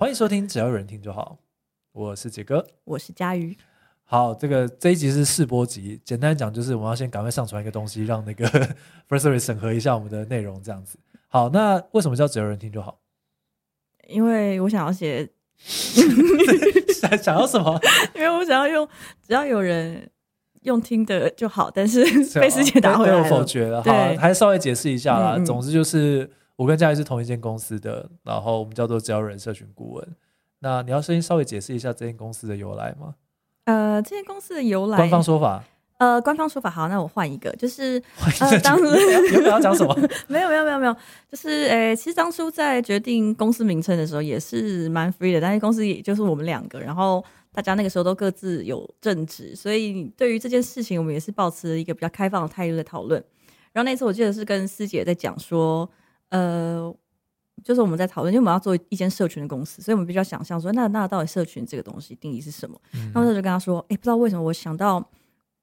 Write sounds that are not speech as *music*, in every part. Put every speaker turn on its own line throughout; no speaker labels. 欢迎收听，只要有人听就好。我是杰哥。
我是佳瑜，
好，这个这一集是试播集，简单讲就是我们要先赶快上传一个东西，让那个 *laughs* First Story 审核一下我们的内容，这样子。好，那为什么叫只要有人听就好？ *laughs*
因为我想要写， *laughs*
想想要什么？
因为我想要用，只要有人用听的就好，但是被师姐
姐
打回来
啊我否
了。
决了。好
对，
还稍微解释一下啦。
嗯嗯
总之就是我跟佳怡是同一间公司的，然后我们叫做只要有人社群顾问。那你要先稍微解释一下这间公司的由来吗？
呃，这些公司的由来，
官方说法， *laughs*
呃，官方说法好，那我换一个，就是
你
呃，当
原本要讲什么？
*laughs* 没有没有没有没有，就是诶、其实当初在决定公司名称的时候也是蛮 free 的，但是公司也就是我们两个，然后大家那个时候都各自有正职，所以对于这件事情，我们也是保持一个比较开放的态度在讨论。然后那次我记得是跟师姐在讲说，呃，就是我们在讨论，因为我们要做一间社群的公司，所以我们比较想象说，那那到底社群这个东西定义是什么？
嗯
然后我就跟他说，哎、不知道为什么我想到，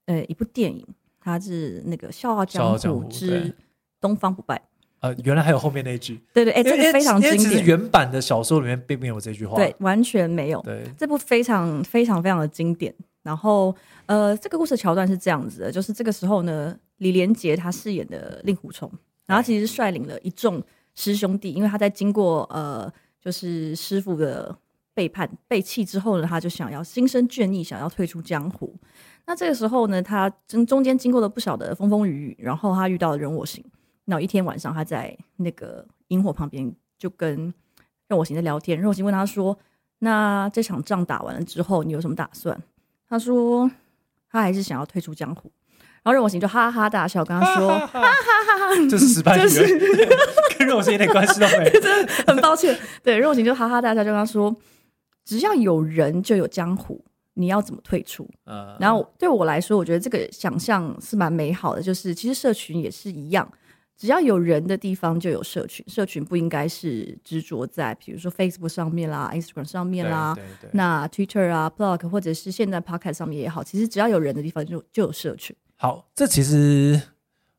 呃，一部电影，它是那个《笑傲
笑傲
江
江
湖
湖》对
之东方不败。
呃，原来还有后面那一句，
对对，哎、
因
这
为
个非常
因
经
为其实
典，
原版的小说里面并没有这句话。
对，完全没有。
对
这部非常非常非常的经典。然后，呃，这个故事桥段是这样子的，就是这个时候呢，李连杰他饰演的令狐冲，然后其实率领了一众师兄弟，因为他在经过呃，就是师傅的背叛背弃之后呢，他就想要心生倦意，想要退出江湖。那这个时候呢，他中中间经过了不少的风风雨雨，然后他遇到了任我行。那有一天晚上，他在那个萤火旁边就跟任我行在聊天，任我行问他说：“那这场仗打完了之后，你有什么打算？”他说：“他还是想要退出江湖。”然后任我行就哈哈大笑，跟他说：“
这是失败
*laughs* 就
语言，跟肉身一点关系都
*laughs*
没有。
很抱歉，对，肉情就哈哈大笑，就跟他说，只要有人就有江湖，你要怎么退出？
嗯
然后对我来说，我觉得这个想象是蛮美好的，就是其实社群也是一样，只要有人的地方就有社群，社群不应该是执着在比如说 Facebook 上面啦、Instagram 上面啦。
对对对。
那 Twitter 啊、Blog 或者是现在 Podcast 上面也好，其实只要有人的地方就就有社群。
好，这其实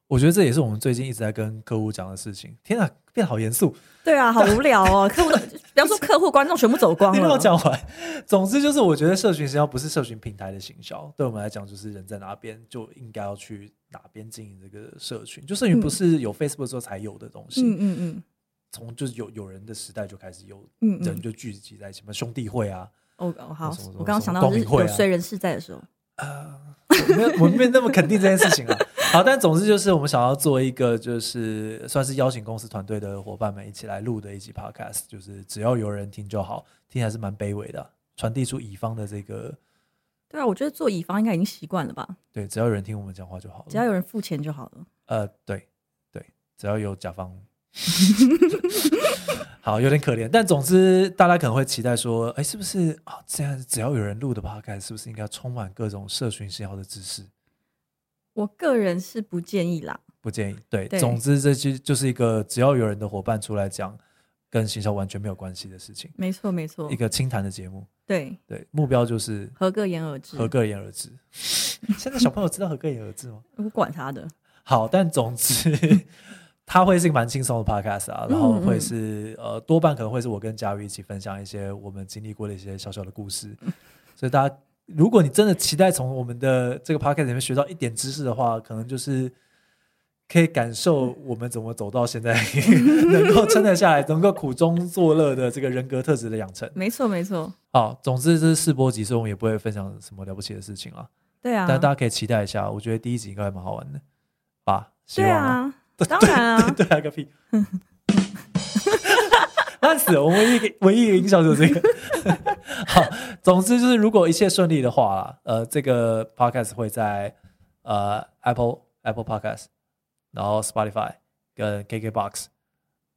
我觉得这也是我们最近一直在跟客户讲的事情。天啊，变得好严肃。
对啊，好无聊哦！客户， *laughs* 不要说客户，观众全部走光
你让我
了。
讲完。总之就是，我觉得社群行销不是社群平台的行销，对我们来讲，就是人在哪边就应该要去哪边经营这个社群。就社群不是有 Facebook 之后才有的东西，
嗯嗯嗯
从就是有有人的时代就开始有
嗯嗯
人，就聚集在什么兄弟会啊，
哦，哦好
什么什么，
我刚刚
什
想
么
到
光
就是
明会啊
有衰人世在的时候，
我没有我没有那么肯定这件事情啊。 *laughs* 好，但总之就是我们想要做一个，就是算是邀请公司团队的伙伴们一起来录的一集 podcast，就是只要有人听就好，听起来是蛮卑微的啊，传递出乙方的这个
对啊，我觉得做乙方应该已经习惯了吧，
对，只要有人听我们讲话就好了。
只要有人付钱就好了。
呃，对对，只要有甲方，
*laughs*
好，有点可怜。但总之，大家可能会期待说，哎，是不是啊？这样只要有人录的 podcast，是不是应该充满各种社群信号的知识？
我个人是不建议啦，
不建议。对，
对
总之这期就是一个只要有人的伙伴出来讲，跟行销完全没有关系的事情，
没错没错
一，个清谈的节目。
对，
对，目标就是
合个言而至，
合个言而至。 *laughs* 现在小朋友知道合个言而至吗？
我管他的，
好，但总之 *laughs* 它会是一个蛮轻松的 podcast
嗯
啊，然后会是呃多半可能会是我跟佳宇一起分享一些我们经历过的一些小小的故事，所以大家如果你真的期待从我们的这个 podcast 里面学到一点知识的话，可能就是。可以感受我们怎么走到现在，
*laughs*
能够撑得下来，能够苦中作乐的这个人格特质的养成。
没错没错，
好，总之这是试播集，所以我们也不会分享什么了不起的事情啦。
对啊，
但大家可以期待一下，我觉得第一集应该还蛮好玩的吧？希
对
望啊。
啊，当然啊，
*laughs* 对啊，个屁！烂死了！我们唯一一个唯一一个音效就是这个。 *laughs* 好，总之就是，如果一切顺利的话啦，呃，这个 podcast 会在呃 Apple Apple Podcast，然后 Spotify 跟 KKBox，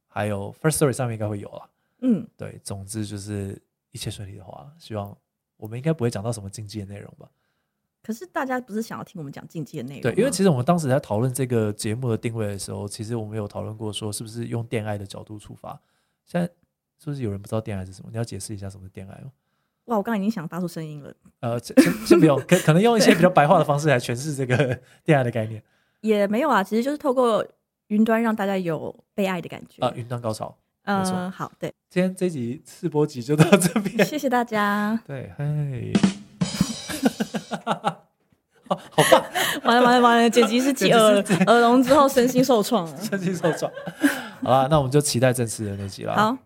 还有 First Story 上面应该会有啦。
嗯，
对，总之就是一切顺利的话，希望我们应该不会讲到什么禁忌的内容吧？
可是大家不是想要听我们讲禁忌的内容吗？
对，因为其实我们当时在讨论这个节目的定位的时候，其实我们有讨论过说，是不是用恋爱的角度出发？现在是不是有人不知道恋爱是什么？你要解释一下什么是恋爱 *laughs* 吗？
哇，我刚刚已经想发出声音了，
呃，先先先不用，可可能用一些比较白话的方式来诠释这个恋爱的概念
也没有啊，其实就是透过云端让大家有被爱的感
*laughs*
觉
啊、。云端高潮，没错
嗯，好， *laughs* 对，
今天这集试播集就到这边。。
谢谢大家
*laughs* 对，嘿，哦，好棒，
完了完了完了，剪辑是继耳耳聋之后身心受创了。
身心受创。好啦，那我们就期待正式的那集啦。
*laughs* 好，